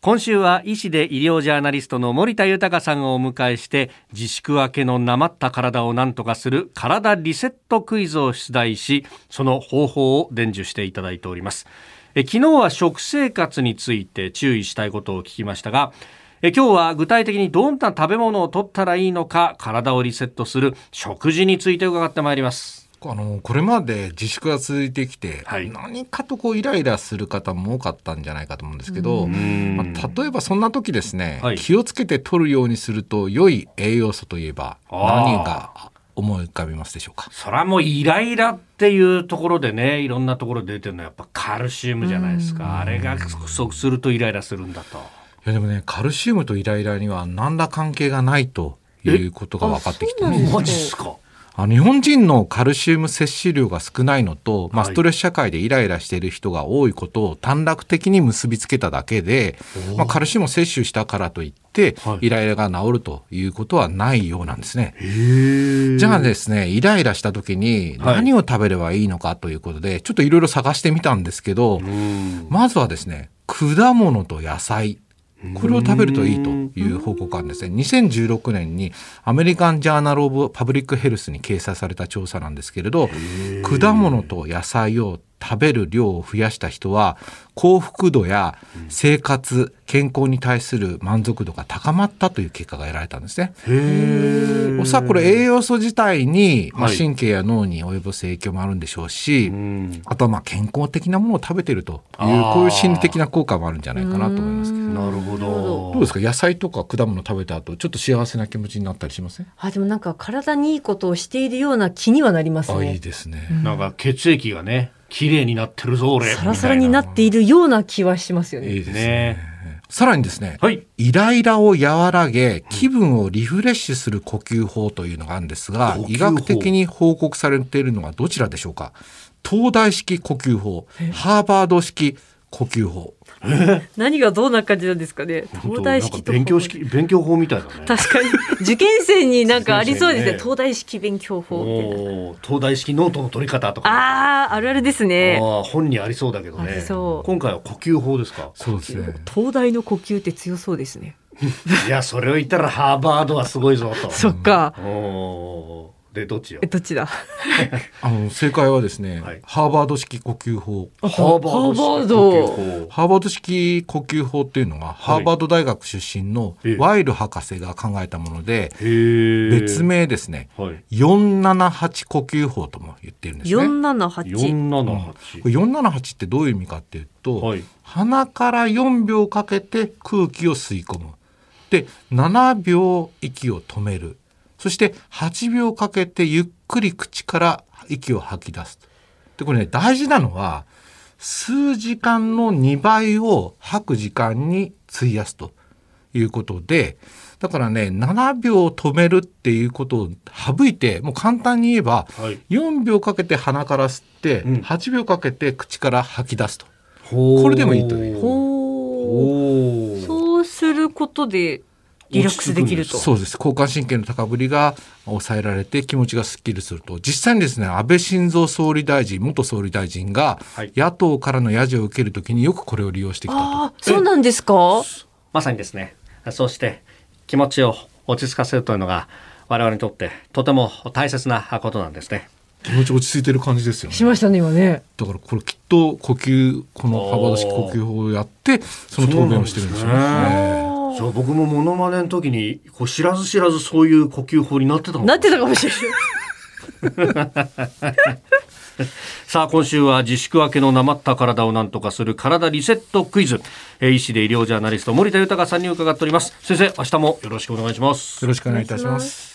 今週は医師で医療ジャーナリストの森田豊さんをお迎えして自粛明けのなまった体を何とかする体リセットクイズを出題しその方法を伝授していただいておりますえ昨日は食生活について注意したいことを聞きましたがえ今日は具体的にどんな食べ物を取ったらいいのか体をリセットする食事について伺ってまいりますあのこれまで自粛が続いてきて、はい何かとこうイライラする方も多かったんじゃないかと思うんですけど、まあ例えばそんな時ですね、はい気をつけて取るようにすると良い栄養素といえばあー何が思い浮かびますでしょうかそれはもうイライラっていうところでねいろんなところで出てるのはやっぱカルシウムじゃないですかあれが不足するとイライラするんだといやでもねカルシウムとイライラには何ら関係がないということが分かってきてますえあそうなんですかマジっすかあの日本人のカルシウム摂取量が少ないのと、まあ、はいストレス社会でイライラしている人が多いことを短絡的に結びつけただけで、まあ、カルシウムを摂取したからといって、はいイライラが治るということはないようなんですね。へじゃあですね、イライラした時にはい何を食べればいいのかということで、ちょっといろいろ探してみたんですけど、まずはですね、果物と野菜。これを食べるといいという報告案ですね。2016年にアメリカン・ジャーナル・オブ・パブリック・ヘルスに掲載された調査なんですけれど、果物と野菜を食べる量を増やした人は幸福度や生活、健康に対する満足度が高まったという結果が得られたんですね。おそらくこれ栄養素自体に、まあはい神経や脳に及ぼす影響もあるんでしょうし、んあとはまあ健康的なものを食べてるといあーうこういう心理的な効果もあるんじゃないかなと思いますけどなるほどどうですか野菜とか果物食べた後ちょっと幸せな気持ちになったりしませんあでもなんか体にいいことをしているような気にはなりますあいいね。ですね、なんか血液がね綺麗になってるぞ俺サラサラになっているような気はしますよね。いいですねねさらにですね、はいイライラを和らげ気分をリフレッシュする呼吸法というのがあるんですが呼吸法医学的に報告されているのはどちらでしょうか東大式呼吸法ハーバード式呼吸法何がどんな感じなんですかね。東大式と本当なんか勉強式勉強法みたいだね確かに受験生になんかありそうですね。 受験生ね東大式勉強法みたいな。おー東大式ノートの取り方とかあああるあるですね。あー本にありそうだけどあねりそう今回は呼吸法ですかそうですね東大の呼吸って強そうですね。いやそれを言ったらハーバードはすごいぞとそっか。おーでどっちよえどっちだ。あの正解はですね、はいハーバード式呼吸法ハハーバードド式呼吸法ハーバード式呼吸法っていうのは、ハーバード大学出身のええワイル博士が考えたもので、へー別名ですね、はい478呼吸法とも言ってるんですね。四七八。四七こ八れ478ってどういう意味かっていうと、はい鼻から4秒かけて空気を吸い込む。で、7秒息を止める。そして8秒かけてゆっくり口から息を吐き出す。で、これね、大事なのは、数時間の2倍を吐く時間に費やすということで、だからね、7秒止めるっていうことを省いて、もう簡単に言えば、はい4秒かけて鼻から吸って、うん8秒かけて口から吐き出すと。ここれでもいいというほおう。ーそうすることでリラックスできると。そうです交感神経の高ぶりが抑えられて気持ちがすっきりすると実際にですね安倍晋三総理大臣元総理大臣がはい野党からの野次を受けるときによくこれを利用してきたと。ああそうなんですか。まさにですねそうして気持ちを落ち着かせるというのが我々にとってとても大切なことなんですね気持ち落ち着いてる感じですよねしましたね今ね。だからこれきっと呼吸この幅出し呼吸法をやってその答弁をしてるんでしょうねそうなんですねそう僕もモノマネの時にこう知らず知らずそういう呼吸法になってたのなってたかもしれない。さあ今週は自粛明けのなまった体をなんとかする体リセットクイズ、えー医師で医療ジャーナリスト森田豊さんに伺っております先生明日もよろしくお願いしますよろしくお願いいたします